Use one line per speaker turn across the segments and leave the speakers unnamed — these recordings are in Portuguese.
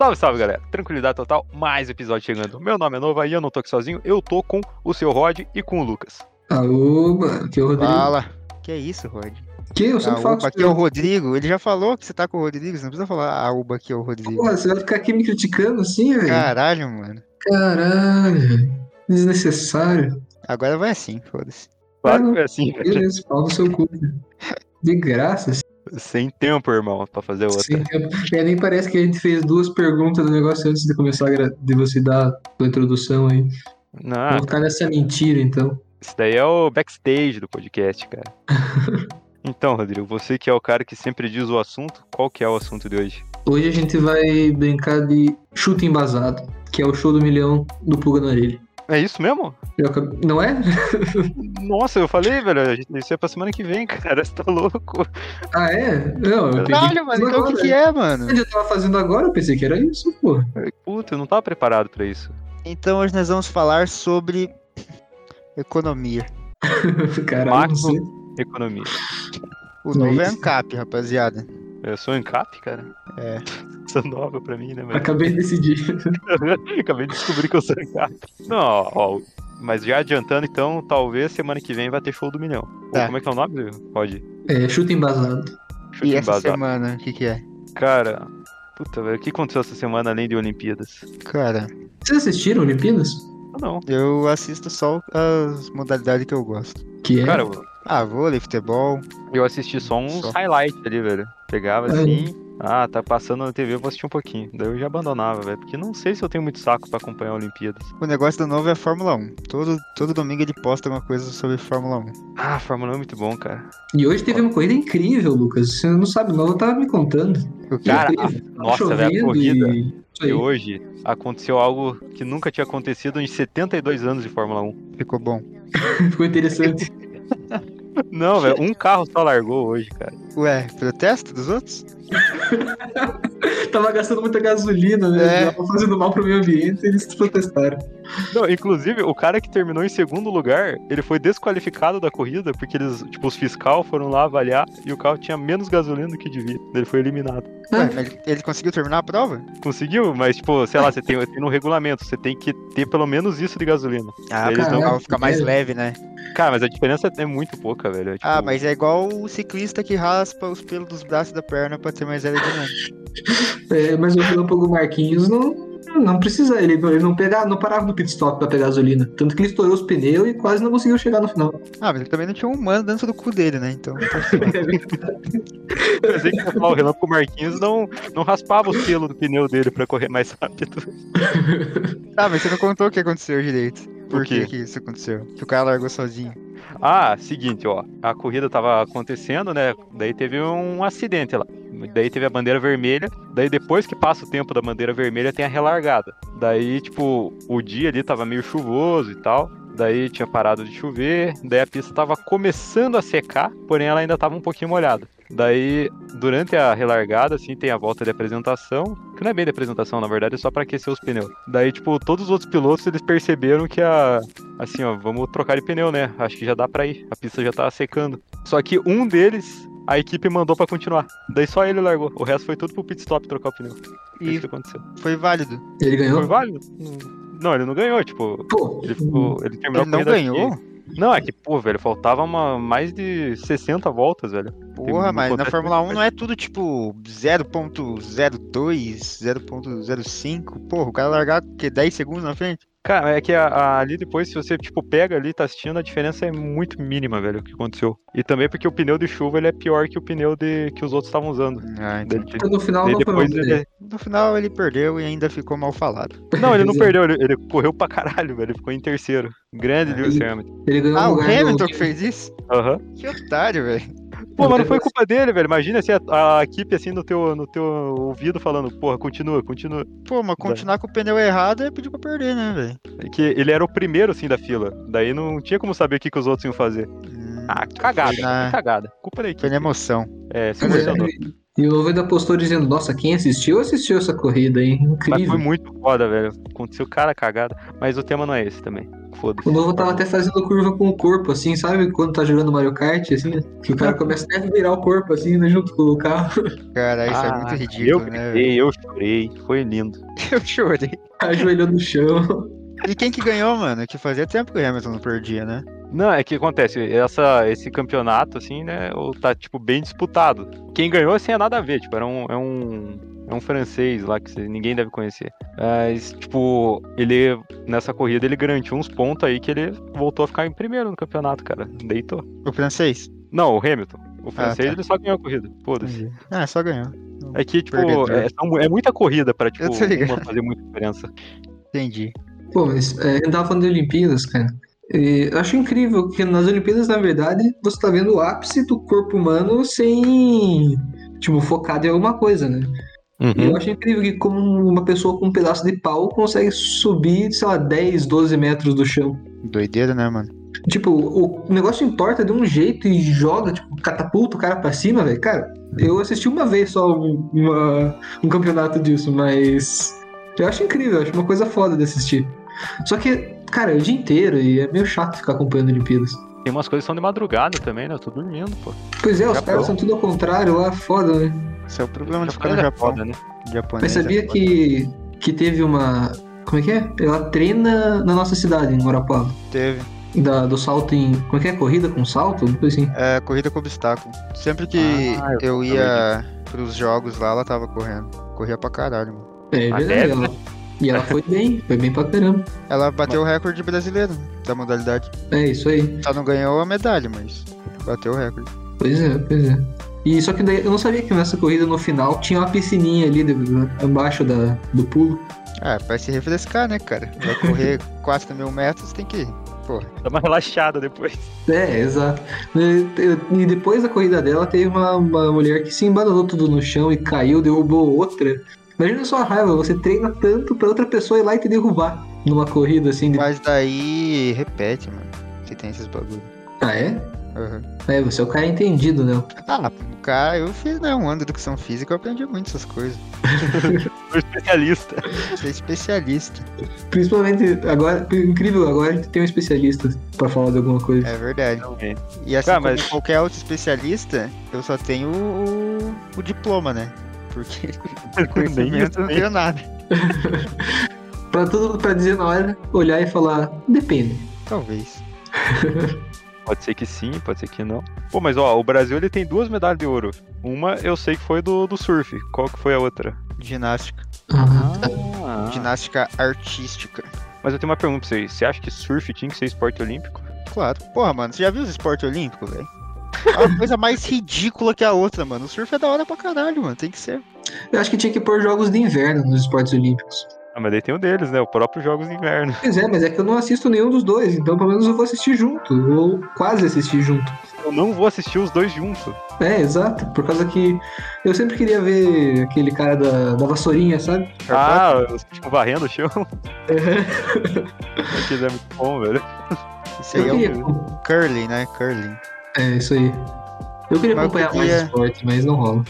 Salve, salve, galera. Tranquilidade total, mais um episódio chegando. Meu nome é Nova e eu não tô aqui sozinho, eu tô com o seu Rod e com o Lucas.
Alô, mano, que é o Rodrigo.
Fala. Que isso, Rod?
Que? Eu sempre
A
falo
Uba
com
aqui é o
você.
Rodrigo. Ele já falou que você tá com o Rodrigo. Você não precisa falar a Uba aqui é o Rodrigo.
Porra, você vai ficar aqui me criticando assim, velho?
Caralho, mano.
Caralho. Desnecessário.
Agora vai assim, foda-se.
Claro
Ah,
que foi assim,
Beleza, pau no seu cu. De graça, assim.
sem tempo, irmão, pra fazer outra.
sem tempo. É, nem parece que a gente fez duas perguntas do negócio antes de começar a gra- de você dar a tua introdução aí.
Não,
Ah.
Vou ficar nessa mentira, então.
isso daí é o backstage do podcast, cara. Então, Rodrigo, você que é o cara que sempre diz o assunto, qual que é o assunto de hoje?
Hoje a gente vai brincar de chute embasado, que é o show do milhão do Puga na orelha.
É isso mesmo?
Eu acabei- Não é?
Nossa, eu falei, velho, a gente- isso é pra semana que vem, cara, você tá louco.
Ah, é? Não, eu
Caralho, mano. Então o que, que é, mano?
eu tava fazendo agora, eu pensei que era isso, pô.
Puta, eu não tava preparado pra isso.
Então hoje nós vamos falar sobre economia.
Caralho,
Macro.
você-
Economia.
O novo é
Mas-
ANCAP, rapaziada.
Eu sou encap, cara?
É.
Isso é nova pra mim, né, velho?
acabei de decidir.
Acabei de descobrir que eu sou gato. Não, ó, ó, mas já adiantando, então, talvez semana que vem vai ter show do milhão. Ou
Tá.
como é que é o nome? Pode.
É, chuta embasado.
Chute
E essa
embasado.
semana, o que, que é?
Cara, puta, velho, o que aconteceu essa semana além de Olimpíadas?
Cara,
Vocês assistiram Olimpíadas?
Ah, Não.
eu assisto só as modalidades que eu gosto.
Que é?
Cara, eu-
Ah, vôlei, futebol.
eu assisti só uns
Só.
highlights ali, velho. Pegava
É.
assim. Ah, tá passando na TV, eu vou assistir um pouquinho. Daí eu já abandonava, velho. Porque não sei se eu tenho muito saco pra acompanhar a Olimpíadas.
O negócio do novo é a Fórmula 1. Todo, todo domingo ele posta uma coisa sobre Fórmula 1.
Ah, a Fórmula 1 é muito bom, cara.
e hoje teve uma corrida incrível, Lucas. Você não sabe, não, eu tava me contando.
O que?
Cara,
Incrível.
a-
Tava
nossa, velho, a
chovendo
corrida.
e- Isso aí.
E hoje aconteceu algo que nunca tinha acontecido em 72 anos de Fórmula 1.
Ficou bom.
Ficou interessante.
Não, velho, um carro só largou hoje, cara.
Ué, protesto dos outros?
tava gastando muita gasolina, né?
É.
Tava fazendo mal pro meio ambiente eles protestaram.
Não, inclusive, o cara que terminou em segundo lugar, ele foi desqualificado da corrida, porque eles, tipo, os fiscal foram lá avaliar e o carro tinha menos gasolina do que devia. Ele foi eliminado.
Ué,
Ah.
mas ele, ele conseguiu terminar a prova?
Conseguiu, mas, tipo, sei lá, você tem, tem no regulamento, você tem que ter pelo menos isso de gasolina.
Ah,
Eles
pra
não-
o carro ficar mais
É.
leve, né?
Cara, mas a diferença é muito pouca, velho. É, tipo,
Ah, mas é igual o ciclista que raspa os pelos dos braços e da perna pra ter mais aerodinâmica.
É, mas o Relâmpago Marquinhos não. Não precisa, ele, ele não, pegava, não parava no pit stop pra pegar gasolina. Tanto que ele estourou os pneus e quase não conseguiu chegar no final.
Ah, mas ele também não tinha um humano dentro do cu dele, né? Então. tá certo.
eu pensei que falar, o Relâmpago Marquinhos não, não raspava o pelo do pneu dele pra correr mais rápido.
ah, mas você não contou o que aconteceu direito. Por
O quê?
que, que isso aconteceu? Que o cara largou sozinho.
Ah, seguinte, ó. A corrida tava acontecendo, né? Daí teve um acidente lá. Daí teve a bandeira vermelha. Daí depois que passa o tempo da bandeira vermelha, tem a relargada. Daí, tipo, o dia ali tava meio chuvoso e tal. Daí tinha parado de chover. Daí a pista tava começando a secar, porém ela ainda tava um pouquinho molhada. Daí, durante a relargada, assim, tem a volta de apresentação, que não é bem de apresentação, na verdade, é só pra aquecer os pneus. Daí, tipo, todos os outros pilotos, eles perceberam que a, assim, ó, vamos trocar de pneu, né? Acho que já dá pra ir. A pista já tá secando. Só que um deles, a equipe mandou pra continuar. Daí só ele largou. O resto foi tudo pro pit stop trocar o pneu.
E
Isso que aconteceu.
foi válido.
Ele
Foi
ganhou?
válido? Não, ele não ganhou, tipo.
Pô,
Ele,
Hum.
ficou, ele terminou
Ele
a
não
corrida.
ganhou?
que- Não, é que, pô, velho, faltava uma, mais de 60 voltas, velho.
Porra, mas na
acontece
Fórmula
muita
1 não é tudo tipo 0.02, 0.05. Porra, o cara largar o quê? 10 segundos na frente?
Cara, é que a- a- ali depois, se você, tipo, pega ali, tá assistindo, a diferença é muito mínima, velho, o que aconteceu. E também porque o pneu de chuva, ele é pior que o pneu de, que os outros estavam usando.
Ah, então.
Daí ele-
no final
daí
não foi
depois
um
ele,
No final ele perdeu e ainda ficou mal falado.
Não, ele não
Pois é.
perdeu, ele, ele correu pra caralho, velho. Ele ficou em terceiro. Grande
É.
Lewis Hamilton.
Ele ganhou
Ah,
um
o
lugar
Hamilton
no...
que fez isso?
Aham.
Que otário, velho.
Pô,
é
mas não foi culpa dele, velho. Imagina assim, a, a equipe assim no teu, no teu ouvido falando, porra, continua, continua.
Pô, mas continuar com o pneu errado é pedir pra perder, né, velho?
É Que ele era o primeiro, assim, da fila. Daí não tinha como saber o que, que os outros iam fazer.
Hum,
Ah, cagada,
foi na-
cagada. Culpa da equipe.
Foi na emoção.
É, se
Mas é,
né?
emocionou.
E o novo ainda postou dizendo, nossa, quem assistiu, assistiu essa corrida, hein?
Mas
Incrível.
foi muito foda, velho. Aconteceu cara cagada. Mas o tema não é esse também. Foda-se.
O novo tava até fazendo curva com o corpo, assim, sabe? Quando tá jogando Mario Kart, assim, né? Que o cara começa até a virar o corpo, assim, né? Junto com o carro.
Cara, isso é
Ah,
muito
Eu
ridículo, né? velho?
gritei, eu chorei, foi lindo.
Eu chorei.
Ajoelhou no chão.
E quem que ganhou, mano? Que fazia tempo que o Hamilton não perdia, né?
Não, é que acontece, essa, esse campeonato, assim, né, o- tá, tipo, bem disputado. Quem ganhou, assim, é nada a ver, tipo, era um, é um, é um francês lá que cê- ninguém deve conhecer. Mas, tipo, ele, nessa corrida, ele garantiu uns pontos aí que ele voltou a ficar em primeiro no campeonato, cara, deitou.
O francês?
Não, o Hamilton. O francês,
tá.
ele só ganhou a corrida, foda-se.
Ah, só ganhou.
É que, tipo,
Perdedor.
é, são- é muita corrida pra, tipo,
Eu tô ligado.
uma fazer muita diferença.
Entendi.
Pô, mas é, eu tava falando de Olimpíadas, cara. E eu acho incrível que nas Olimpíadas, na verdade, você tá vendo o ápice do corpo humano sem. Tipo, focado em alguma coisa, né? E Eu acho incrível que como uma pessoa com um pedaço de pau consegue subir, sei lá, 10, 12 metros do chão.
Doideira, né, mano?
Tipo, o negócio entorta de um jeito e joga, tipo, catapulta o cara pra cima, velho. Cara, eu assisti uma vez só um- uma- um campeonato disso, mas eu acho incrível, eu acho uma coisa foda de assistir. Só que, cara, é o dia inteiro e é meio chato ficar acompanhando Olimpíadas.
Tem umas coisas que são de madrugada também, né, eu tô dormindo, pô.
Pois é, os
Japão.
caras são tudo ao contrário lá, foda, né?
Esse é o problema de ficar
Japonês
no
é
Japão.
foda, né?
Japonês
Mas sabia
é foda.
que, que teve uma. Como é que é? Ela treina na nossa cidade, em Guarapuava.
Teve.
Da, do salto em. Como é que é? Corrida com salto? Uma coisa assim.
É, corrida com obstáculo. Sempre que
Ah,
eu,
eu
ia pros jogos lá, ela tava correndo. Corria pra caralho, mano.
É,
Ah,
verdade.
deve,
ela- E ela foi bem, foi bem pra caramba.
Ela bateu o recorde brasileiro né? da modalidade.
É isso aí.
Só não ganhou a medalha, mas bateu o recorde.
Pois é, pois é. E só que daí eu não sabia que nessa corrida no final tinha uma piscininha ali de- embaixo da, do pulo.
Ah, pra se refrescar, né, cara? Vai correr 4 mil metros, tem que.
Dá uma relaxada depois.
É, exato. E, eu- e depois da corrida dela teve uma, uma mulher que se embananou tudo no chão e caiu, derrubou outra. Imagina só a raiva, você treina tanto pra outra pessoa ir lá e te derrubar numa corrida assim. De...
Mas daí repete, mano. Que tem esses bagulho.
Ah, é?
Aham.
É, você é o cara entendido, né?
Ah, o cara, eu fiz né, um ano de educação física, eu aprendi muito essas coisas.
Sou especialista.
Sou especialista.
Principalmente agora, incrível, agora a gente tem um especialista pra falar de alguma coisa.
É verdade.
É.
E assim
Cara,
como
mas-
qualquer outro especialista, eu só tenho o, o diploma, né? Porque conhecimento eu não tenho nada.
Pra tudo pra dizer na hora, olhar e falar, depende.
Talvez.
Pode ser que sim, pode ser que não. Pô, mas ó, o Brasil ele tem duas medalhas de ouro. Uma eu sei que foi do, do surf. Qual que foi a outra?
Ginástica.
Ah,
Ginástica artística.
Mas eu tenho uma pergunta pra vocês. Você acha que surf tinha que ser esporte olímpico?
Claro. Porra, mano, você já viu os esporte olímpico, velho? É Uma coisa mais ridícula que a outra, mano. O surf é da hora pra caralho, mano. Tem que ser.
Eu acho que tinha que pôr jogos de inverno nos esportes olímpicos.
Ah, mas daí tem um deles, né? O próprio Jogos de Inverno.
Pois é, mas é que eu não assisto nenhum dos dois, então pelo menos eu vou assistir junto, ou quase assistir junto.
Eu não vou assistir os dois juntos.
É, exato, por causa que eu sempre queria ver aquele cara da, da vassourinha, sabe?
Ah, eu fico varrendo o chão. Aquilo é muito bom, velho.
Isso aí
Eu
é
queria,
o curling, né? Curling.
é, isso aí. Eu queria
Mas eu
acompanhar
queria-
mais esporte, mas não rola.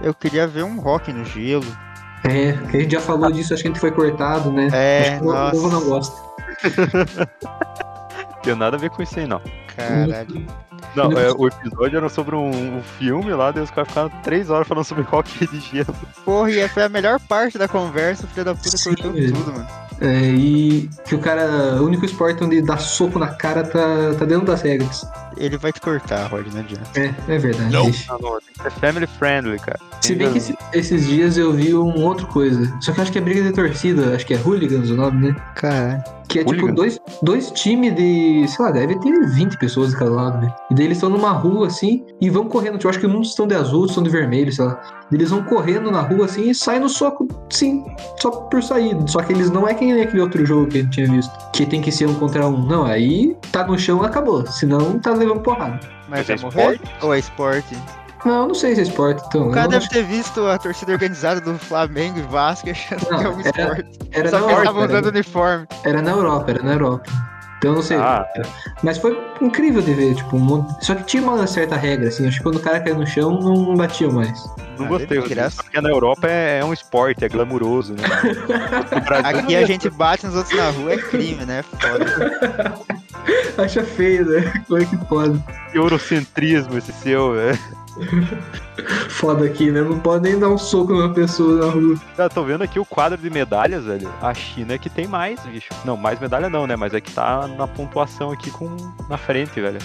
Eu queria ver um rock no gelo.
É, que a gente já falou disso, acho que a gente foi cortado, né?
É,
O povo não
nossa.
gosta.
Tem nada a ver com isso aí, não.
É Caralho.
Não,
Não.
é, o episódio era sobre um, um filme lá, daí os caras ficaram três horas falando sobre rock de gelo.
Porra, e é, foi a melhor parte da conversa. O filho da puta
Sim,
cortou
velho.
tudo, mano.
É, e que o cara, o único esporte onde dá soco na cara tá, tá dentro das regras.
Ele vai te cortar, Rod, não adianta.
É, é verdade. deixa.
Não, não, tem que ser family friendly, cara.
Se bem que esse- esses dias eu vi um outra coisa. Só que eu acho que é briga de torcida, acho que é hooligans o nome, né?
Caralho.
Que é tipo
Hooligans?
dois, dois times de. sei lá, deve ter 20 pessoas de cada lado, né? E daí eles estão numa rua assim e vão correndo. Tipo, eu acho que uns estão de azul, outros estão de vermelho, sei lá. Eles vão correndo na rua assim e saem no soco, sim, só por sair. Só que eles não é quem é aquele outro jogo que a gente tinha visto. Que tem que ser um contra um. Não, aí tá no chão acabou. Senão tá levando porrada.
Mas
Mas vai
é
morrer? Ou é esporte?
Não, não sei se é esporte, então.
O
eu
cara
não
deve
acho-
ter visto a torcida organizada do Flamengo e Vasco e achando que é um
Não, era-
esporte.
era, na
Só que eles estavam
Europa, né?
usando
era,
uniforme.
era na Europa, era na Europa. Então não sei.
Ah.
Mas foi incrível de ver, tipo, um monte... Só que tinha uma certa regra, assim, acho que quando o cara caiu no chão, não batiam mais.
Não
Ah,
gostei.
que graça.
Porque na Europa é, é um esporte, é glamuroso, né? No Brasil,
Aqui é- a gente bate nos outros na rua, é crime, né? Foda.
Acha feio, né? Como é que pode?
eurocentrismo esse seu, é. velho.
Foda aqui, né? Não pode nem dar um soco numa pessoa na rua.
Já tô vendo aqui o quadro de medalhas, velho. A China é que tem mais, bicho. Não, mais medalha não, né? Mas é que tá na pontuação aqui com na frente, velho.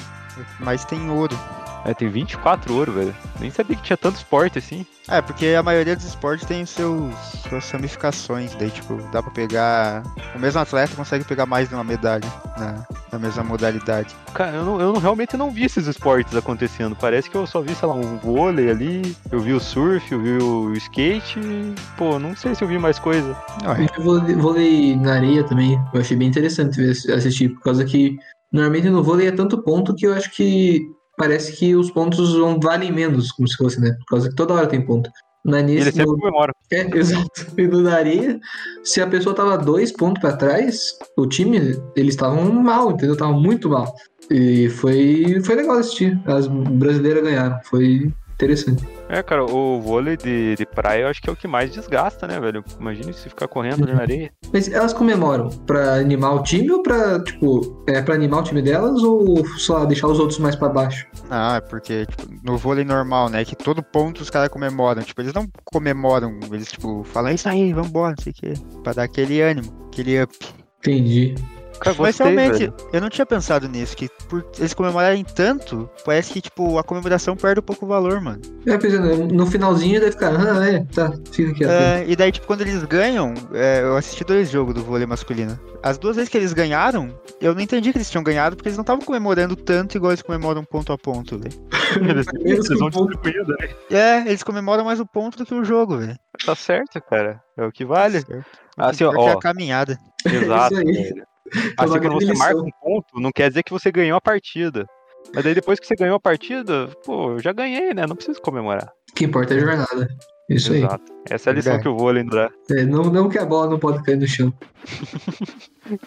Mas tem ouro.
É, tem 24 ouro, velho. Nem sabia que tinha tanto esporte assim.
É, porque a maioria dos esportes tem os seus, suas ramificações, daí tipo, dá pra pegar. O mesmo atleta consegue pegar mais de uma medalha na, na mesma modalidade.
Cara, eu, não- eu não- realmente não vi esses esportes acontecendo. Parece que eu só vi, sei lá, um vôlei ali. Eu vi o surf, eu vi o skate. e, Pô, não sei se eu vi mais coisa.
Não, é.
Eu vôlei, vôlei na areia também, eu achei bem interessante ver- assistir, por causa que normalmente no vôlei é tanto ponto que eu acho que parece que os pontos vão valem menos, como se fosse, né? Por causa que toda hora tem ponto. Na
E ele
nisso,
sempre
no,
comemora.
é, exato. E no da areia, se a pessoa tava dois pontos pra trás, o time, eles estavam mal, entendeu? Estavam muito mal. E foi, foi legal assistir. As brasileiras ganharam, foi interessante.
É, cara, o vôlei de, de praia eu acho que é o que mais desgasta, né, velho? Imagina se ficar correndo ali na areia.
Mas elas comemoram pra animar o time ou pra, tipo, é pra animar o time delas ou só deixar os outros mais pra baixo?
Ah, é porque tipo, no vôlei normal, né? Que todo ponto os caras comemoram. Tipo, eles não comemoram, eles tipo, falam "É isso aí, vambora, não sei o quê. Pra dar aquele ânimo, aquele up.
Entendi.
Cara,
Mas
gostei,
realmente,
velho.
eu não tinha pensado nisso, que por eles comemorarem tanto, parece que, tipo, a comemoração perde um pouco o valor, mano.
É, pois é, no finalzinho deve ficar, ah, é, tá, fica aqui. ó.
Uhum.
É, e daí, tipo, quando eles ganham, é, eu assisti dois jogos do vôlei masculino. As duas vezes que eles ganharam, eu não entendi que eles tinham ganhado, porque eles não estavam comemorando tanto igual eles comemoram ponto a ponto, velho.
Eles,
Primeiros
eles vão
que vão.
distribuindo, né?
É, eles comemoram mais o ponto do que o jojogo, velho.
Tá certo, cara. É o que vale.
Certo.
Assim, ó,
Pior que
é
ó
a caminhada.
Exato.
aí.
velho.
É uma
Assim, quando
grande
você
lição.
marca um ponto, não quer dizer que você ganhou a partida. Mas daí depois que você ganhou a partida, pô, eu já ganhei, né? Não preciso comemorar.
O que importa é a jornada. Isso aí.
Exato. Essa é a lição
Verdade.
que eu vou lembrar.
É, não, não que a bola não pode cair no chão.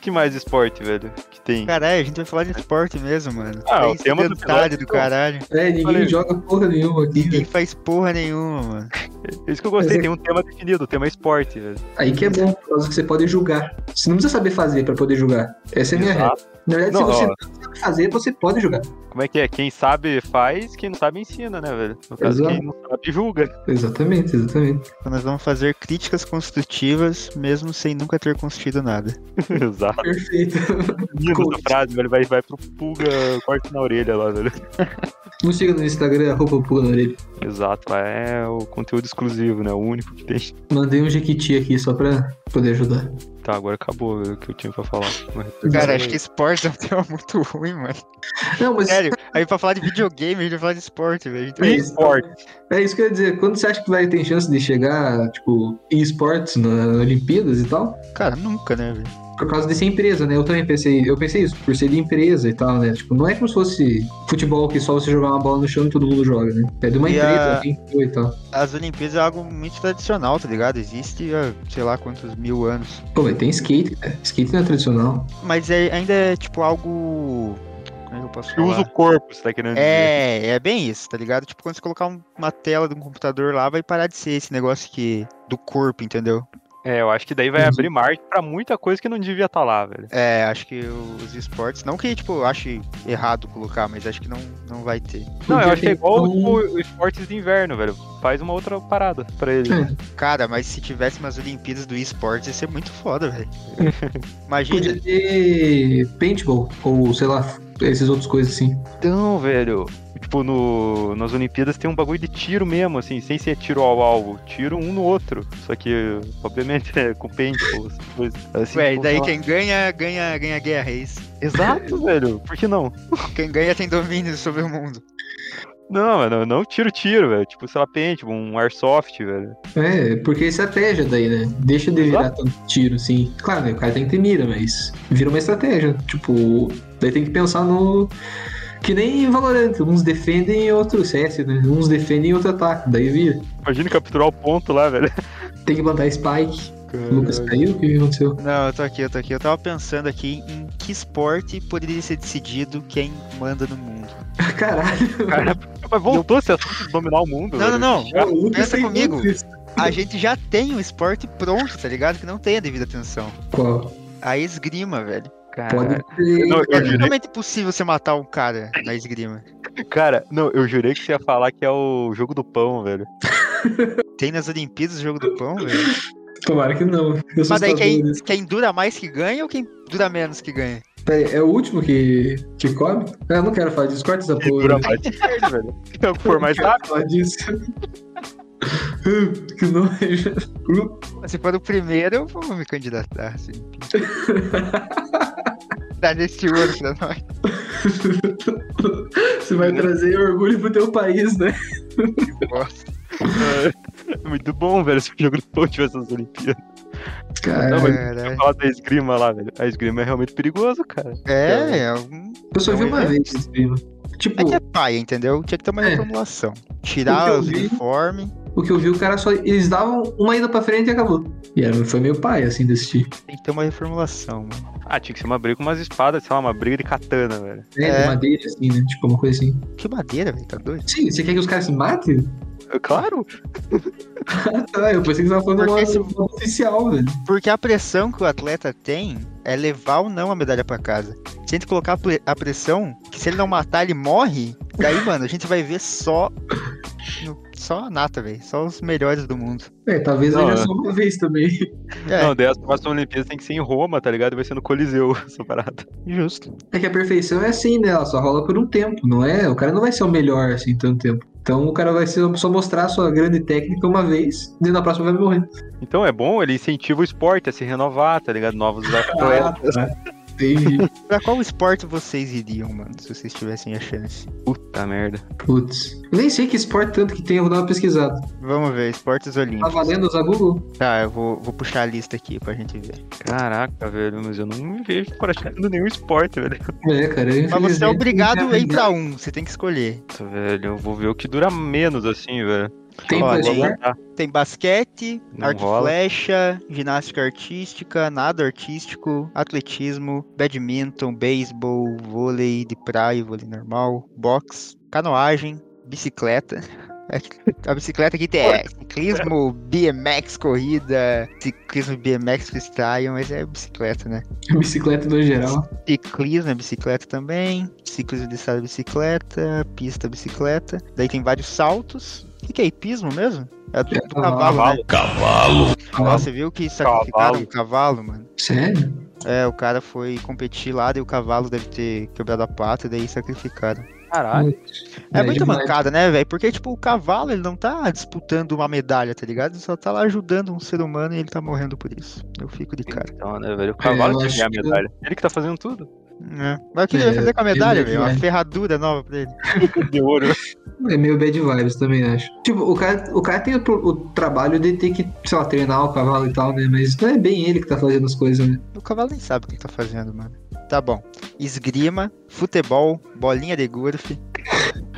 Que mais esporte, velho? Que tem.
É,
Caralho, a gente vai falar de esporte mesmo, mano.
Ah, o
Três
tema do
detalhes
episódio,
do caralho.
É, ninguém
Falei.
joga porra nenhuma aqui.
Ninguém faz porra nenhuma, mano.
Isso que eu gostei,
Mas é-
tem um tema definido, o tema é esporte, velho.
Aí que é bom, por causa que você pode julgar. Você não precisa saber fazer pra poder julgar. Essa é a minha regra.
Exato.
Na verdade,
Não,
se você
ó.
não sabe fazer, você pode julgar.
Como é que é? Quem sabe faz, quem não sabe ensina, né, velho? No caso,
Exato.
quem não sabe julga.
Exatamente, exatamente.
Então nós vamos fazer críticas construtivas, mesmo sem nunca ter construído nada.
Exato.
Perfeito.
Lindo
Coach.
essa frase, velho. Vai, vai pro pulga, corte na orelha lá, velho.
Nos siga no Instagram, arroba pula na orelha.
Exato, lá é o conteúdo exclusivo, né? O único que tem.
Mandei um jequiti aqui só pra poder ajudar.
Tá, agora acabou velho, o que eu tinha pra falar. Mas-
Cara, acho que esporte é um tema muito ruim, mano.
Não, mas
Sério, aí pra falar de videogame, a gente vai falar de esporte, velho. Então,
Ih.
Esporte.
é isso que eu ia dizer. Quando você acha que vai ter chance de chegar, tipo, em esportes, na, na Olimpíadas e tal,
Cara, nunca, né, velho?
por causa de ser empresa, né? Eu também pensei, eu pensei isso, por ser de empresa e tal, né? Tipo, não é como se fosse futebol que só você jogar uma bola no chão e todo mundo joga, né? É de uma
E
empresa,
a-
quem foi e tal.
As Olimpíadas é algo muito tradicional, tá ligado? Existe há sei lá quantos mil anos.
Pô, mas tem skate, cara. Skate não é tradicional.
Mas é- ainda é tipo algo. Como é que eu posso
Que usa o
falar?
corpo, você tá querendo dizer.
É, é bem isso, tá ligado? Tipo, quando você colocar um- uma tela de um computador lá, vai parar de ser esse negócio que. do corpo, entendeu?
É, eu acho que daí vai
Entendi.
abrir margem pra muita coisa que não devia estar lá, velho.
É, acho que os esportes. Não que, tipo, eu ache errado colocar, mas acho que não, não vai ter.
Não, eu
Podia
acho que é
ter
igual
um-
tipo, o esportes de inverno, velho. Faz uma outra parada pra ele.
É.
Cara, mas se tivesse umas Olimpíadas do esporte, ia ser muito foda, velho. Imagina.
Podia ter paintball, ou sei lá, esses outros coisas assim.
Então, velho. Tipo, no, nas Olimpíadas tem um bagulho de tiro mesmo, assim, sem ser tiro ao alvo. Tiro um no outro. Só que, obviamente, é com paintball, essas coisas. Assim,
Ué, e
tipo,
daí
sei
quem ganha, ganha, ganha guerra, é isso.
lá. Exato, velho. Por que não?
Quem ganha tem domínio sobre o mundo.
Não, mano, não tiro, tiro, velho. Tipo, sei lá, paintball, um airsoft, velho.
É, porque é estratégia daí, né? Deixa de virar
Exato.
tanto tiro, assim. Claro, né? O cara tem que ter mira, mas vira uma estratégia. Tipo, daí tem que pensar no. Que nem em Valorant, uns defendem e outros CS, né? Uns defendem e outro ataca, daí vira.
Imagina capturar o ponto lá, velho.
Tem que plantar spike.
É.
Lucas caiu? O que aconteceu?
Não, eu tô aqui, eu tô aqui. Eu tava pensando aqui em que esporte poderia ser decidido quem manda no mundo.
Caralho.
Cara, mas voltou esse assunto de dominar o mundo.
Não, não,
velho.
não.
Já-
O Lucas
pensa
tem
comigo.
Lucas.
A gente já tem o esporte pronto, tá ligado? Que não tem a devida atenção.
Qual?
A esgrima, velho.
Pode ser.
Não,
É
eu jurei,
totalmente possível você matar um cara na esgrima.
cara, não, eu jurei que você ia falar que é o jogo do pão, velho.
Tem nas Olimpíadas o jogo do pão, velho.
Tomara que não. Eu sou
Mas daí quem,
estadunidense.
quem dura mais que ganha ou quem dura menos que ganha?
Pera aí, é o último que, que come? Ah, não quero falar disso. Corta essa porra.
Dura mais que perde, velho. É o que for mais
Não quero
rápido.
falar disso. que nojo.
Se for Assim, o primeiro, eu vou me candidatar. Assim. Dá nesse ouro pra nós.
Você vai trazer orgulho pro teu país, né?
Bosta.
É Muito bom, velho, se o jogo do pão tivesse nas Olimpíadas.
Cara,
Não, mas-
Caralho.
Falar da esgrima lá, velho. A esgrima é realmente perigoso, cara.
É, é, um-
eu só vi
Não,
uma
é-
vez esse filme. Tipo,
é que é paia, entendeu? Tinha que ter uma
É.
reformulação.
O que
Tirar
eu
os
vi-
uniformes.
o que eu vi, o cara só. Eles davam uma ida pra frente e acabou. E era, foi meio pai, assim, desse tipo.
Tem que ter uma reformulação, mano.
Ah, tinha que ser uma briga com umas espadas, sei lá, uma briga de katana, velho.
É,
É.
de madeira, assim, né? Tipo, uma coisa assim.
Que madeira, velho, tá doido?
Sim, você quer que os caras se matem?
É, Claro!
Ah, tá. Eu pensei que você tava falando uma,
Porque esse-
uma oficial, velho.
Porque a pressão que o atleta tem é levar ou não a medalha pra casa. Se a gente colocar a pre- a pressão, que se ele não matar, ele morre. Daí, mano, a gente vai ver só. no- Só a nata, velho. Só os melhores do mundo.
É, talvez
Não,
veja
é.
só uma vez também.
É,
Não, daí as próximas Olimpíadas tem que ser em Roma, tá ligado? Vai ser no Coliseu essa parada.
justo.
É que a perfeição é assim, né? Ela só rola por um tempo, não é? O cara não vai ser o melhor assim tanto tempo. Então o cara vai ser, só mostrar a sua grande técnica uma vez, e na próxima vai morrer.
Então é bom, ele incentiva o esporte a se renovar, tá ligado? Novos
é?
atletas.
tá. Entendi.
Pra qual esporte vocês iriam, mano, se vocês tivessem a chance?
Puta Tá, merda.
Putz. Eu nem sei que esporte tanto que tem, eu vou dar uma pesquisada.
Vamos ver, esportes
Tá
olímpicos.
valendo usar Google?
Tá, eu vou, vou puxar a lista aqui pra gente ver.
Caraca, velho, mas eu não me vejo praticando nenhum esporte, velho.
É, cara. eu
Mas você é
infelizmente,
obrigado a ir
infelizmente,
pra um, você tem que escolher.
Puta, velho, eu vou ver o que dura menos, assim, velho.
Tem né? pra
Olha,
Vou
jogar?
aguentar.
Tem basquete,
Não
arte e
rola.
flecha, ginástica artística, nado artístico, atletismo, badminton, beisebol, vôlei de praia, vôlei normal, boxe, canoagem, bicicleta. É que A bicicleta aqui tem é, ciclismo, BMX, corrida, ciclismo, BMX, freestyle, mas é bicicleta, né?
Bicicleta no geral.
Ciclismo é bicicleta também, ciclismo de estrada é bicicleta, pista é bicicleta. Daí tem vários saltos. O que, que é hipismo mesmo? É do, do
cavalo,
cavalo, né?
Ah,
Nossa, você viu que sacrificaram
Cavalo.
o cavalo, mano?
sério?
É, o cara foi competir lá, daí o cavalo deve ter quebrado a pata, e daí sacrificaram.
Caralho.
É,
É
muita
demais.
mancada, né, velho? Porque, tipo, o cavalo, ele não tá disputando uma medalha, tá ligado? Ele só tá lá ajudando um ser humano e ele tá morrendo por isso. Eu fico de cara.
Então, né, velho? O
Hum, É, eu
cavalo que
acho
ganha a
que-
medalha. Ele que tá fazendo tudo.
É. Mas o que
É,
ele vai fazer com a medalha,
ele
velho? Uma
vai-
ferradura nova pra ele.
De ouro.
É meio bad vibes também, acho. Tipo, o cara, o cara tem o, pro- o trabalho de ter que, sei lá, treinar o cavalo e tal, né? Mas não é bem ele que tá fazendo as coisas, né?
O cavalo nem sabe o que ele tá fazendo, mano. Tá bom. Esgrima, futebol, bolinha de golfe,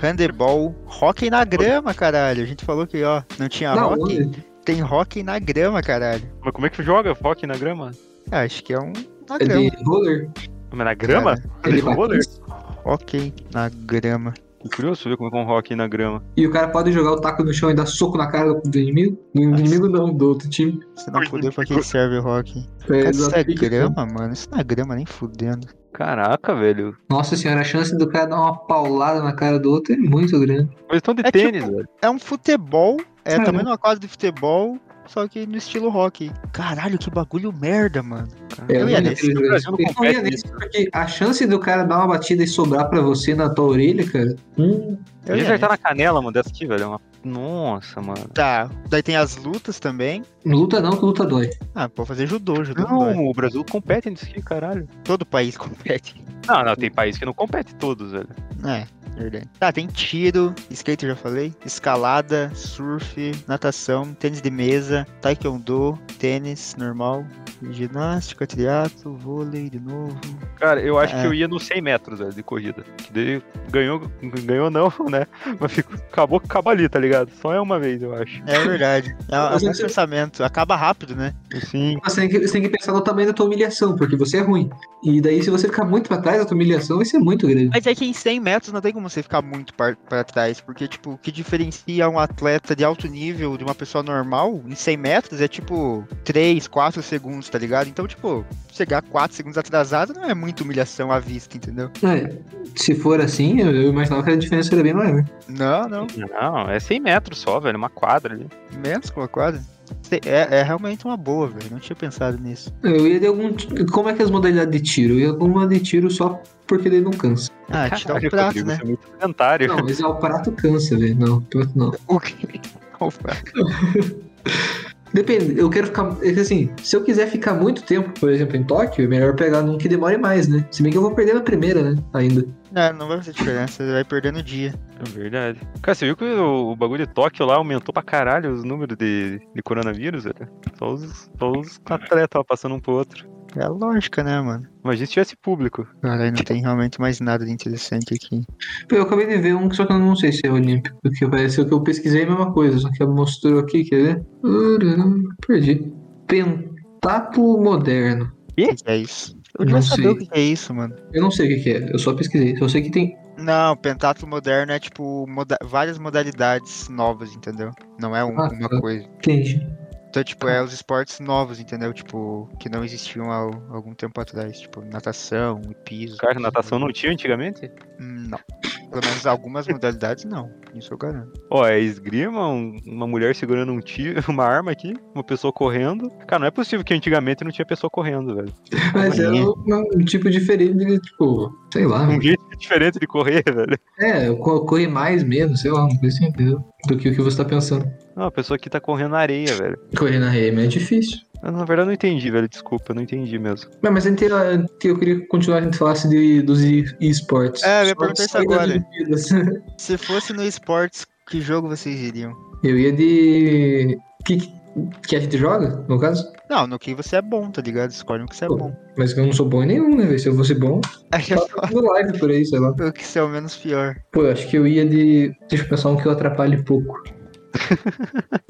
handebol, hóquei na grama, caralho. A gente falou que, ó, não é. tinha
Da
hóquei.
onde?
Tem hóquei na grama, caralho.
Mas como é que joga foque na grama?
Ah, Acho que é um na
É
grama.
de roller?
Mas na grama?
É de
Ele né? roller?
patins.
Ok, na grama.
Tô curioso ver como é que é um rock na grama.
E o cara pode jogar o taco no chão e dar soco na cara do inimigo? Do inimigo não, do outro time.
Se não fuder, pra que serve o hockey?
É,
Cara,
do
isso é
ataque.
grama, mano? Isso não é grama, nem fudendo.
Caraca, velho.
Nossa senhora, a chance do cara dar uma paulada na cara do outro é muito grande.
Mas estão de
É
tênis,
tipo-
velho.
É um futebol, é
Caramba.
também uma quadra de futebol, só que no estilo hockey. Caralho, que bagulho merda, mano.
É,
Eu
não
ia
ia
nesse.
nesse.
O Brasil não
Eu não ia
compete
nesse, porque a chance do cara dar uma batida e sobrar pra você na tua orelha, cara. Hum,
Eu
Ele
ia
já tá
nessa.
na canela, mano, dessa aqui, velho. É uma- Nossa, mano.
Tá, daí tem as lutas também.
luta não, que luta dói.
Ah, pode fazer judô, judô. dói.
Não, o Brasil compete nisso aqui, caralho.
Todo país compete.
Não, não, tem país que não compete todos, velho.
É, verdade. Tá, tem tiro, skate eu já falei, escalada, surf, natação, tênis de mesa, taekwondo, tênis normal, Ginástica, triatlo, vôlei de novo.
Cara, eu acho
É.
que eu ia nos 100 metros velho, de corrida. Que daí ganhou, ganhou não, né? Mas ficou, acabou que acaba ali, tá ligado? Só é uma vez, eu acho.
É verdade. É o é o
Você-
mesmo pensamento. Acaba rápido, né?
Sim.
Mas você tem, que, você tem que pensar no tamanho da tua humilhação, porque você é ruim. E daí, se você ficar muito pra trás, a tua humilhação vai ser muito grande.
Mas é que em 100 metros não tem como você ficar muito par- pra trás, porque, tipo, o que diferencia um atleta de alto nível de uma pessoa normal em 100 metros é, tipo, 3, 4 segundos, tá ligado? Então, tipo, chegar 4 segundos atrasado não é muita humilhação à vista, entendeu?
É, se for assim, eu, eu imaginava que a diferença era bem maior.
Não, não.
Não, é 100 metros só, velho. Uma quadra ali.
Menos que uma quadra. Cê- É, é realmente uma boa, velho. Não tinha pensado nisso.
Eu ia de algum. ti- Como é que é as modalidades de tiro? Eu ia de alguma de tiro só porque daí não cansa.
Ah, tirar
Caralho,
o prato,
Rodrigo,
né?
Você é muito sedentário.
Não, mas ah, o prato cansa, velho. Não, prato não.
O quê? O prato.
Depende, eu quero ficar. é que Assim, se eu quiser ficar muito tempo, por exemplo, em Tóquio, é melhor pegar num que demore mais, né? Se bem que eu vou perder na primeira, né? Ainda.
Não, não vai fazer diferença. Você vai perdendo o dia.
É verdade. Cara, você viu que o, o bagulho de Tóquio lá aumentou pra caralho os números de, de coronavírus, velho? Só os, só os atletas lá passando um pro outro.
É a lógica, né, mano?
Imagina se tivesse público.
Caralho, não tem realmente mais nada de interessante aqui.
Pô, Eu acabei de ver um, só que eu não sei se é olímpico, porque parece que eu pesquisei a mesma coisa, só que mostrou aqui, quer ver? Urarã, Perdi. Pentáculo moderno.
O que é isso?
Não
Eu queria saber
sei.
o que é isso, mano.
Eu não sei o que, que é, eu só pesquisei. Eu sei que tem.
Não, pentáculo moderno é tipo moda- várias modalidades novas, entendeu? Não é um-
Ah,
uma
tá.
coisa.
Tem.
Então, tipo, é os esportes novos, entendeu? Tipo, que não existiam há al- algum tempo atrás. Tipo, natação, piso.
Cara, natação não tinha antigamente?
Hum, Não. Pelo menos algumas modalidades não. Isso eu garanto.
Ó, é esgrima, um- uma mulher segurando um tiro, uma arma aqui, uma pessoa correndo. Cara, não é possível que antigamente não tinha pessoa correndo, velho.
Mas é
Amanhã.
um, um tipo diferente de, tipo, sei lá.
Um jeito diferente de correr, velho.
É, eu co- corri mais mesmo, sei lá, uma coisa assim, entendeu? Do que o que você tá pensando.
Não, a pessoa aqui tá correndo na areia, velho.
Correr na rede é difícil.
Eu, na verdade, eu não entendi, velho. Desculpa, eu não entendi mesmo.
Mas, mas antes, eu- que eu queria continuar a gente falasse de, dos e- esportes.
É, eu ia
Só
perguntar isso
sair das
agora.
Olimpíadas.
Se fosse no esportes, que jogo vocês iriam?
Eu ia de. Que, que a gente joga, no caso?
Não, no que você é bom, tá ligado? Escolhe o que você é
Pô.
bom.
Mas que eu não sou bom em nenhum, né? velho? Se eu fosse bom,
Aí eu
tava fazendo live por aí, sei lá.
falo o que você é o menos pior.
Pô, eu acho que eu ia de. Deixa eu pensar um que eu atrapalhe pouco.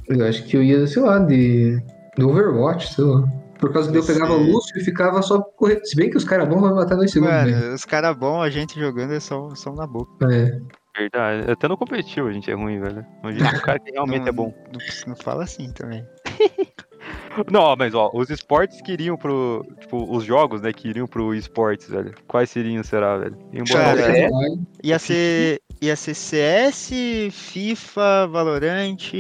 eu acho que eu ia, sei lá, de. Do Overwatch, sei lá. Por causa que eu
Você-
pegava Lúcio e ficava só correndo. Se bem que os caras bons vão matar dois segundos, né?
Mano, os caras bons, a gente jogando é só, só na boca.
É.
Verdade. Até no competitivo a gente é ruim, velho. Imagina um cara que realmente
não,
é bom.
Não, não fala assim também.
Não, ó, mas ó, os esportes que iriam pro. Tipo, os jogos, né, que iriam pro esportes, velho. Quais seriam, será, velho? Iam botar o
Cara, é.
CS,
É
Ia ser, ia ser CS, FIFA, Valorant.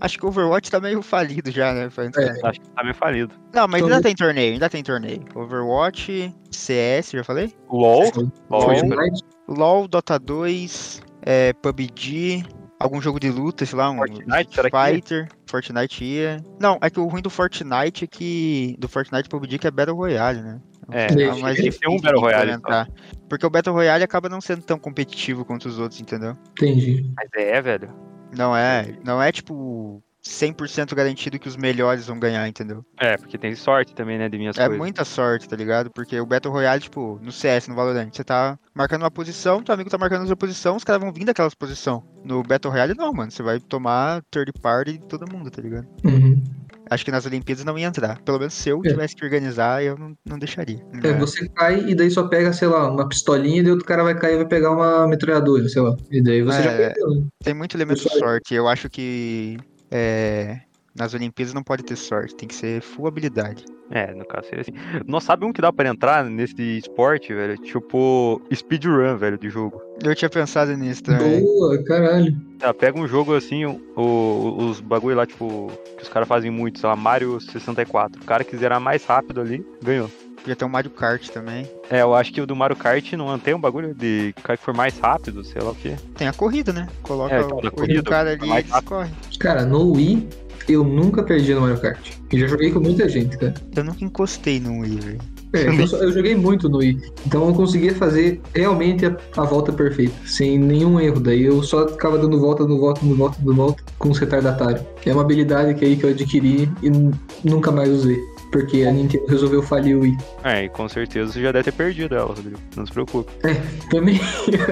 Acho que o Overwatch tá meio falido já, né? Foi-
É.
acho que tá meio falido.
Não, mas
Tô
ainda
meio-
tem torneio, ainda tem torneio. Overwatch, CS, já falei?
LOL? LOL,
Fortnite,
velho.
LOL, Dota 2, é, PUBG, algum jogo de luta, sei lá, um
Fortnite, será que é? ia?
Fighter, Fortnite ia. Não, é que o ruim do Fortnite é que. Do Fortnite PUBG que é Battle Royale, né?
É,
Sim.
Tá
tem
mais
que ter
difícil
um Battle
de
Royale só.
implementar. Porque o Battle Royale acaba não sendo tão competitivo quanto os outros, entendeu?
Entendi.
mas é, velho.
Não é, não é tipo 100% garantido que os melhores vão ganhar, entendeu?
É, porque tem sorte também, né, de minhas
É
coisas.
muita sorte, tá ligado? Porque o Battle Royale, tipo, no CS, no Valorant, você tá marcando uma posição, teu amigo tá marcando outra posição, os caras vão vir daquelas posição. No Battle Royale não, mano, você vai tomar third party de todo mundo, tá ligado?
Uhum.
Acho que nas Olimpíadas não ia entrar. Pelo menos se eu
É.
tivesse que organizar, eu não, não deixaria. Né?
É, você cai e daí só pega, sei lá, uma pistolinha e daí outro cara vai cair e vai pegar uma metralhadora, sei lá. E daí você
É,
já perdeu. né?
Tem muito elemento de
Sorte.
sorte. Eu acho que é, nas Olimpíadas não pode ter sorte, tem que ser full habilidade.
É, no caso seria assim. Nós sabe um que dá pra entrar nesse esporte, velho? Tipo, speedrun, velho, de jogo.
Eu tinha pensado nisso também.
Boa, caralho.
Tá, pega um jogo assim, o- o- os bagulho lá, tipo, que os caras fazem muito, sei lá, Mario 64. O cara que zerar mais rápido ali, ganhou.
Podia ter um Mario Kart também.
É, eu acho que o do Mario Kart não tem um bagulho de cara que for mais rápido, sei lá o quê.
Tem a corrida, né? Coloca
É,
o,
então, da
o
corrida,
cara ali
mais
e
rápido.
corre.
Cara, no Wii eu nunca perdi no Mario Kart. E já joguei com muita gente, cara.
Eu nunca encostei num livro.
É, eu, só- eu joguei muito no Wii. Então eu conseguia fazer realmente a, a volta perfeita, sem nenhum erro. Daí eu só ficava dando volta, dando volta, dando volta, dando volta com os retardatários. É uma habilidade que aí que eu adquiri e n- nunca mais usei. Porque a Nintendo resolveu falir o Wii.
É, e com certeza você já deve ter perdido ela, Rodrigo. Não se preocupe.
Também.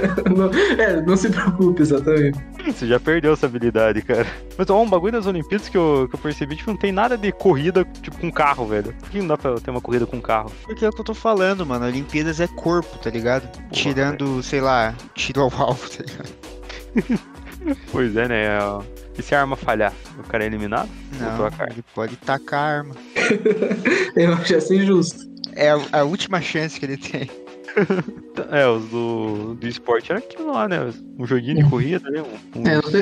não, é, não se preocupe, exatamente.
Você já perdeu essa habilidade, cara. Mas ó, um bagulho das Olimpíadas que eu, que eu percebi, tipo, não tem nada de corrida, tipo, com carro, velho. Por que não dá pra ter uma corrida com carro?
Porque é o que eu tô falando, mano. Olimpíadas é corpo, tá ligado? Tirando, sei lá, tiro ao alvo, tá ligado?
Pois é, né? E se a arma falhar? O cara é eliminado? Botou a
Não,
carne.
ele pode tacar a arma.
Eu acho assim essa injusto.
É a, a última chance que ele tem.
É, os do, do esporte era aquilo lá, né? Um joguinho de corrida, né? Um- um-
É, eu, tô,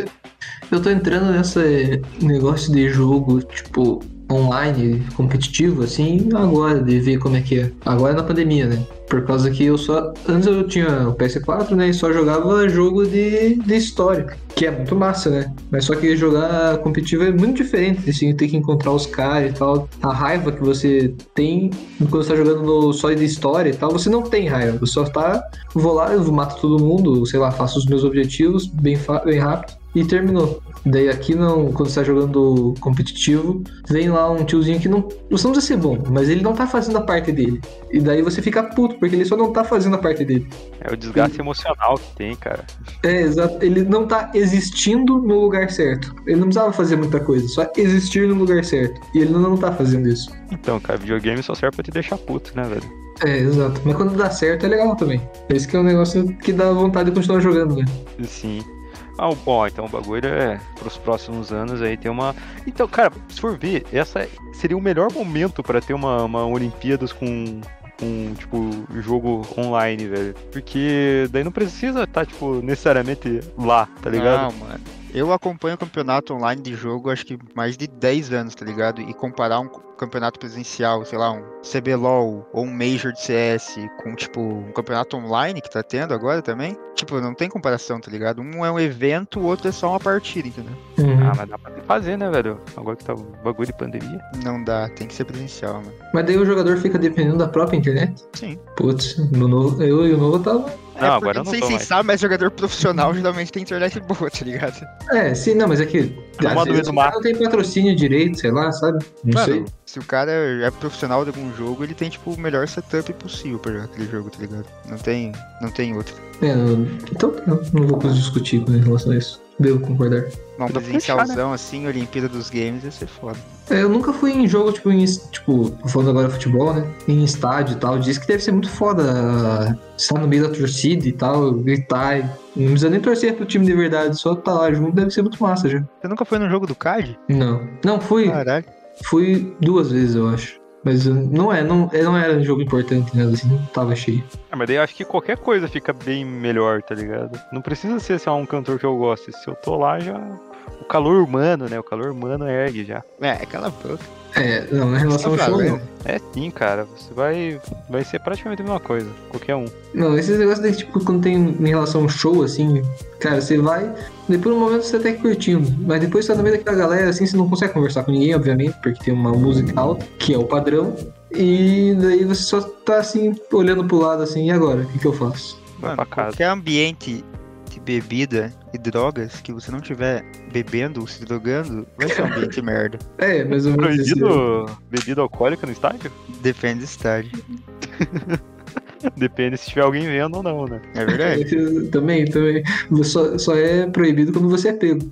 eu tô entrando nesse negócio de jogo, tipo, online, competitivo, assim, agora, de ver como é que é. Agora na pandemia, né? Por causa que eu só. Antes eu tinha o PS4, né? E só jogava jogo de, de história, que é muito massa, né? Mas só que jogar competitivo é muito diferente, assim, ter que encontrar os caras e tal. A raiva que você tem quando você tá jogando no, só de história e tal, você não tem raiva, você só tá vou lá, eu mato todo mundo, sei lá, faço os meus objetivos bem, fa- bem rápido e terminou. Daí aqui não, quando você tá jogando competitivo, vem lá um tiozinho que não. Você não precisa ser bom, mas ele não tá fazendo a parte dele. E daí você fica puto, porque ele só não tá fazendo a parte dele.
é o desgaste emocional que tem, cara.
É, exato. Ele não tá existindo no lugar certo. Ele não precisava fazer muita coisa, só existir no lugar certo. E ele não tá fazendo isso.
Então, cara, videogame só serve pra te deixar puto, né, velho?
É, exato. Mas quando dá certo é legal também. Esse que é um negócio que dá vontade de continuar jogando, né?
Sim. Ah, o- ó, então o bagulho é pros próximos anos aí tem uma. Então, cara, se for ver, essa seria o melhor momento pra ter uma, uma Olimpíadas com, com, tipo, jogo online, velho. Porque daí não precisa estar, tipo, necessariamente lá, tá ligado?
Não, mano. Eu acompanho o campeonato online de jogo acho que mais de 10 anos, tá ligado? E comparar um campeonato presencial, sei lá, um CBLOL ou um Major de CS com, tipo, um campeonato online que tá tendo agora também, tipo, não tem comparação, tá ligado? Um é um evento, o outro é só uma partida, entendeu?
Ah, mas dá pra fazer, né, velho? Agora que tá o bagulho de pandemia.
Não dá, tem que ser presencial, mano.
Mas daí o jogador fica dependendo da própria internet?
Sim.
Putz, no novo, eu e o novo tava.
Não, agora eu
É, não
não
sei
tô
se
mais.
sabe, mas jogador profissional geralmente tem internet boa, tá ligado?
É, sim, não, mas é que.
Tá modo
às vezes
meio do
o
mar.
cara Não tem patrocínio direito, sei lá, sabe? Não sei.
Mano, se o cara é profissional de algum jogo, ele tem, tipo, o melhor setup possível pra jogar aquele jogo, tá ligado? Não tem, não tem outro.
É, não- então não, não vou discutir com relação a isso. Devo concordar.
Não,
Dá pra
presencialzão
puxar,
assim, Olimpíada dos Games, ia ser foda.
É, eu nunca fui em jogo, tipo, em, es- tipo, tô falando agora de futebol, né? Em estádio e tal. Diz que deve ser muito foda estar no meio da torcida e tal, gritar. e- Não precisa nem torcer pro time de verdade, só tá lá junto deve ser muito massa já.
Você nunca foi no jogo do CAD?
Não. Não, fui.
Caralho.
Fui duas vezes, eu acho. Mas eu- não é, não, é, não era um jogo importante, né? Assim, não tava cheio.
Ah, mas daí eu acho que qualquer coisa fica bem melhor, tá ligado? Não precisa ser só um cantor que eu gosto. Se eu tô lá, já. O calor humano, né? O calor humano ergue já.
É, cala a boca.
É, não, em relação ao
Tá
show, não.
vendo?
É sim, cara. Você vai. Vai ser praticamente a mesma coisa. Qualquer um.
Não, esses negócios de, tipo, quando tem em relação ao show, assim, cara, você vai, depois no momento você tá até que curtindo, mas depois você tá no meio daquela galera, assim, você não consegue conversar com ninguém, obviamente, porque tem uma música alta, que é o padrão, e daí você só tá, assim, olhando pro lado, assim, e agora? O que que eu faço?
Vai
Mano,
pra casa.
qualquer ambiente de bebida e drogas que você não tiver bebendo ou se drogando, vai ser um ambiente merda.
É, mais ou menos isso.
Proibido bebida alcoólica no estádio?
Depende do estádio.
Depende se tiver alguém vendo ou não, né?
É verdade?
Também, também. Só, só é proibido quando você é pego.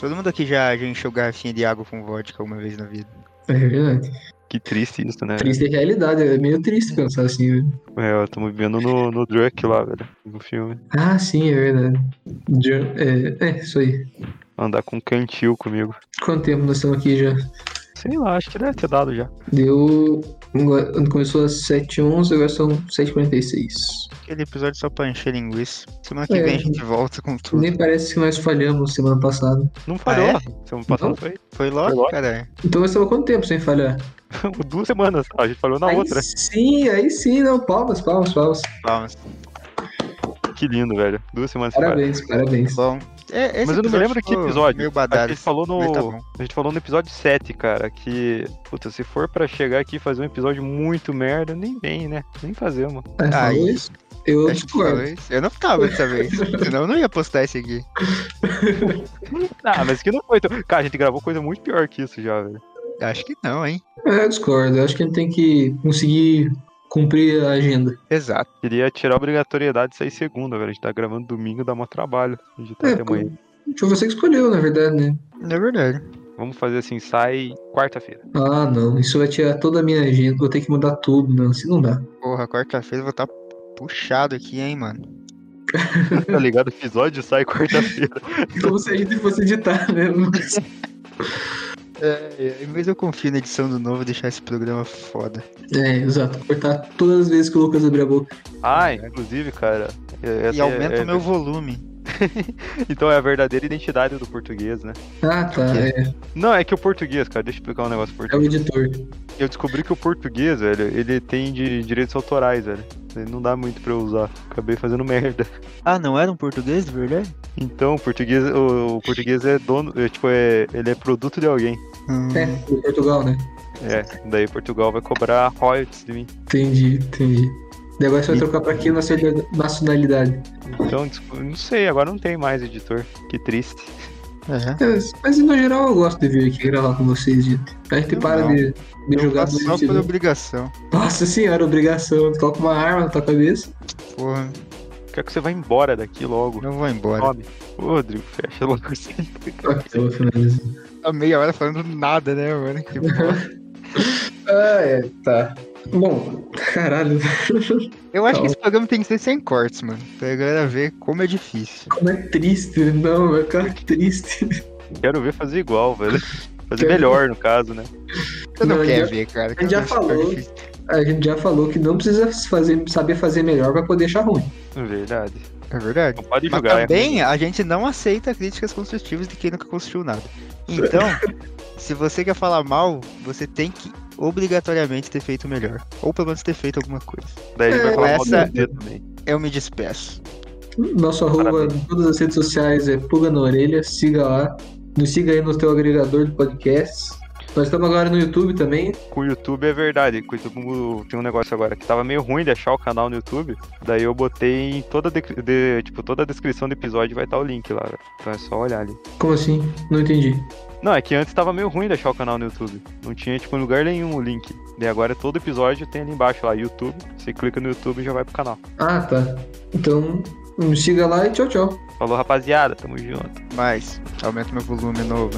Todo mundo aqui já, já encheu garrafinha de água com vodka uma vez na vida.
É verdade.
Que triste isso, né?
Triste é realidade, é meio triste pensar assim. né?
É, estamos vivendo no, no Drunk lá, velho. No filme.
Ah, sim, é verdade. Jo- É, é, isso aí.
Andar com um cantil comigo.
Quanto tempo nós estamos aqui já?
Sei lá, acho que deve ter dado já.
Deu. agora- Começou às 7h11, agora são 7h46.
Aquele episódio só pra encher linguiça. Semana que
É.
vem a gente volta com tudo.
Nem parece que nós falhamos semana passada.
Não falhou.
é?
Semana passada
Ah, Não?
foi.
Foi
Foi
logo,
logo.
caralho.
Então nós estamos há quanto tempo sem falhar?
Então, Duas semanas. A gente falou na
aí
outra.
sim, aí sim, não. Palmas, palmas, palmas.
Vamos.
Que lindo, velho. Duas semanas separadas.
Parabéns, parabéns.
Bom. É, esse
Mas eu não me
episódio
lembro que
ficou
episódio.
Meio
Acho que a
badalho.
gente falou
mas tá
no.
bom.
A gente falou no episódio 7, cara, que. Puta, se for pra chegar aqui e fazer um episódio muito merda, nem vem, né? Nem fazemos.
Ah, Aí É, falou
Aí.
isso? Eu
Acho que
discordo.
foi isso. Eu não tava dessa vez. Senão eu não ia postar esse aqui.
Ah, mas que não foi. Então... Cara, a gente gravou coisa muito pior que isso já, velho.
Acho que não, hein?
É, eu discordo. Eu acho que a gente tem que conseguir cumprir a agenda.
Exato.
Queria tirar a obrigatoriedade de sair segunda, velho. A gente tá gravando domingo, dá mó trabalho. A gente tá
É,
até amanhã.
Foi você que escolheu, na verdade, né?
É verdade.
Vamos fazer assim, sai quarta-feira.
Ah, não. Isso vai tirar toda a minha agenda. Vou ter que mudar tudo. Não, assim não dá.
Porra, quarta-feira eu vou estar puxado aqui, hein, mano.
tá ligado? Episódio sai quarta-feira.
Então
Como se a gente fosse editar, né? Mas-
É, é, mas eu confio na edição do novo deixar esse programa foda.
É, exato. Cortar todas as vezes que o Lucas abrir a boca.
Ah, inclusive, cara. é- essa
e
é-
aumenta
é-
o meu volume.
Então é a verdadeira identidade do português, né?
Ah, tá. É,
Não, é que o português, cara, deixa eu explicar um negócio português.
é o editor.
Eu descobri que o português, velho, ele tem de direitos autorais, velho. Ele não dá muito pra eu usar. Acabei fazendo merda.
Ah, não era um português, de verdade?
Então, o português, o, o português é dono, é, tipo, é, ele é produto de alguém.
Hum,
É, do Portugal, né?
É, daí Portugal vai cobrar royalties de mim.
Entendi, entendi. E agora você vai trocar pra que nacionalidade- nacionalidade?
Então, desco- não sei, agora não tem mais editor. Que triste.
é.
É, Mas no geral eu gosto de vir aqui gravar com vocês, gente. A gente
Eu
para
não.
de, de
Eu
jogar
faço só por
no
obrigação.
Nossa senhora, obrigação. Tu coloca uma arma na tua cabeça.
Porra,
Quero que você vá embora daqui logo.
eu vou embora.
Sobe. Ô, Rodrigo, fecha logo assim. isso aí.
Ok, eu vou finalizar.
Tá meia hora falando nada, né, mano? Que porra.
Ah, é, tá. Bom, caralho.
Eu acho
Tá.
que esse programa tem que ser sem cortes, mano. Pra galera ver como é difícil.
Como é triste, não, vai ficar triste.
Quero ver fazer igual, velho. Fazer
Quero-
melhor, no caso, né?
Eu não,
Não,
quero
já-
ver, cara. que
gente
eu
já
acho super
falou.
difícil.
A gente já falou que não precisa fazer, saber fazer melhor pra poder achar ruim.
Verdade.
É verdade.
Não pode
Mas
julgar, é.
também a gente não aceita críticas construtivas de quem nunca construiu nada. Então, se você quer falar mal, você tem que obrigatoriamente ter feito melhor. Ou pelo menos ter feito alguma coisa.
Daí ele vai
É,
falar mal
essa-
do DD também.
Eu me despeço.
Nosso arroba em todas as redes sociais é Puga na Orelha, siga lá. Nos siga aí no teu agregador de podcasts. Nós estamos agora no YouTube também.
Com o YouTube é verdade. Com o YouTube tem um negócio agora que tava meio ruim de achar o canal no YouTube. Daí eu botei em toda, a de- de- tipo, toda a descrição do episódio vai estar o link lá, velho. Então é só olhar ali.
Como assim? Não entendi.
Não, é que antes tava meio ruim de achar o canal no YouTube. Não tinha, tipo, em lugar nenhum o link. Daí agora todo episódio tem ali embaixo lá, YouTube. Você clica no YouTube e já vai pro canal.
Ah, tá. Então, nos siga lá e tchau, tchau.
Falou, rapaziada. Tamo junto.
Mas, aumenta meu volume novo.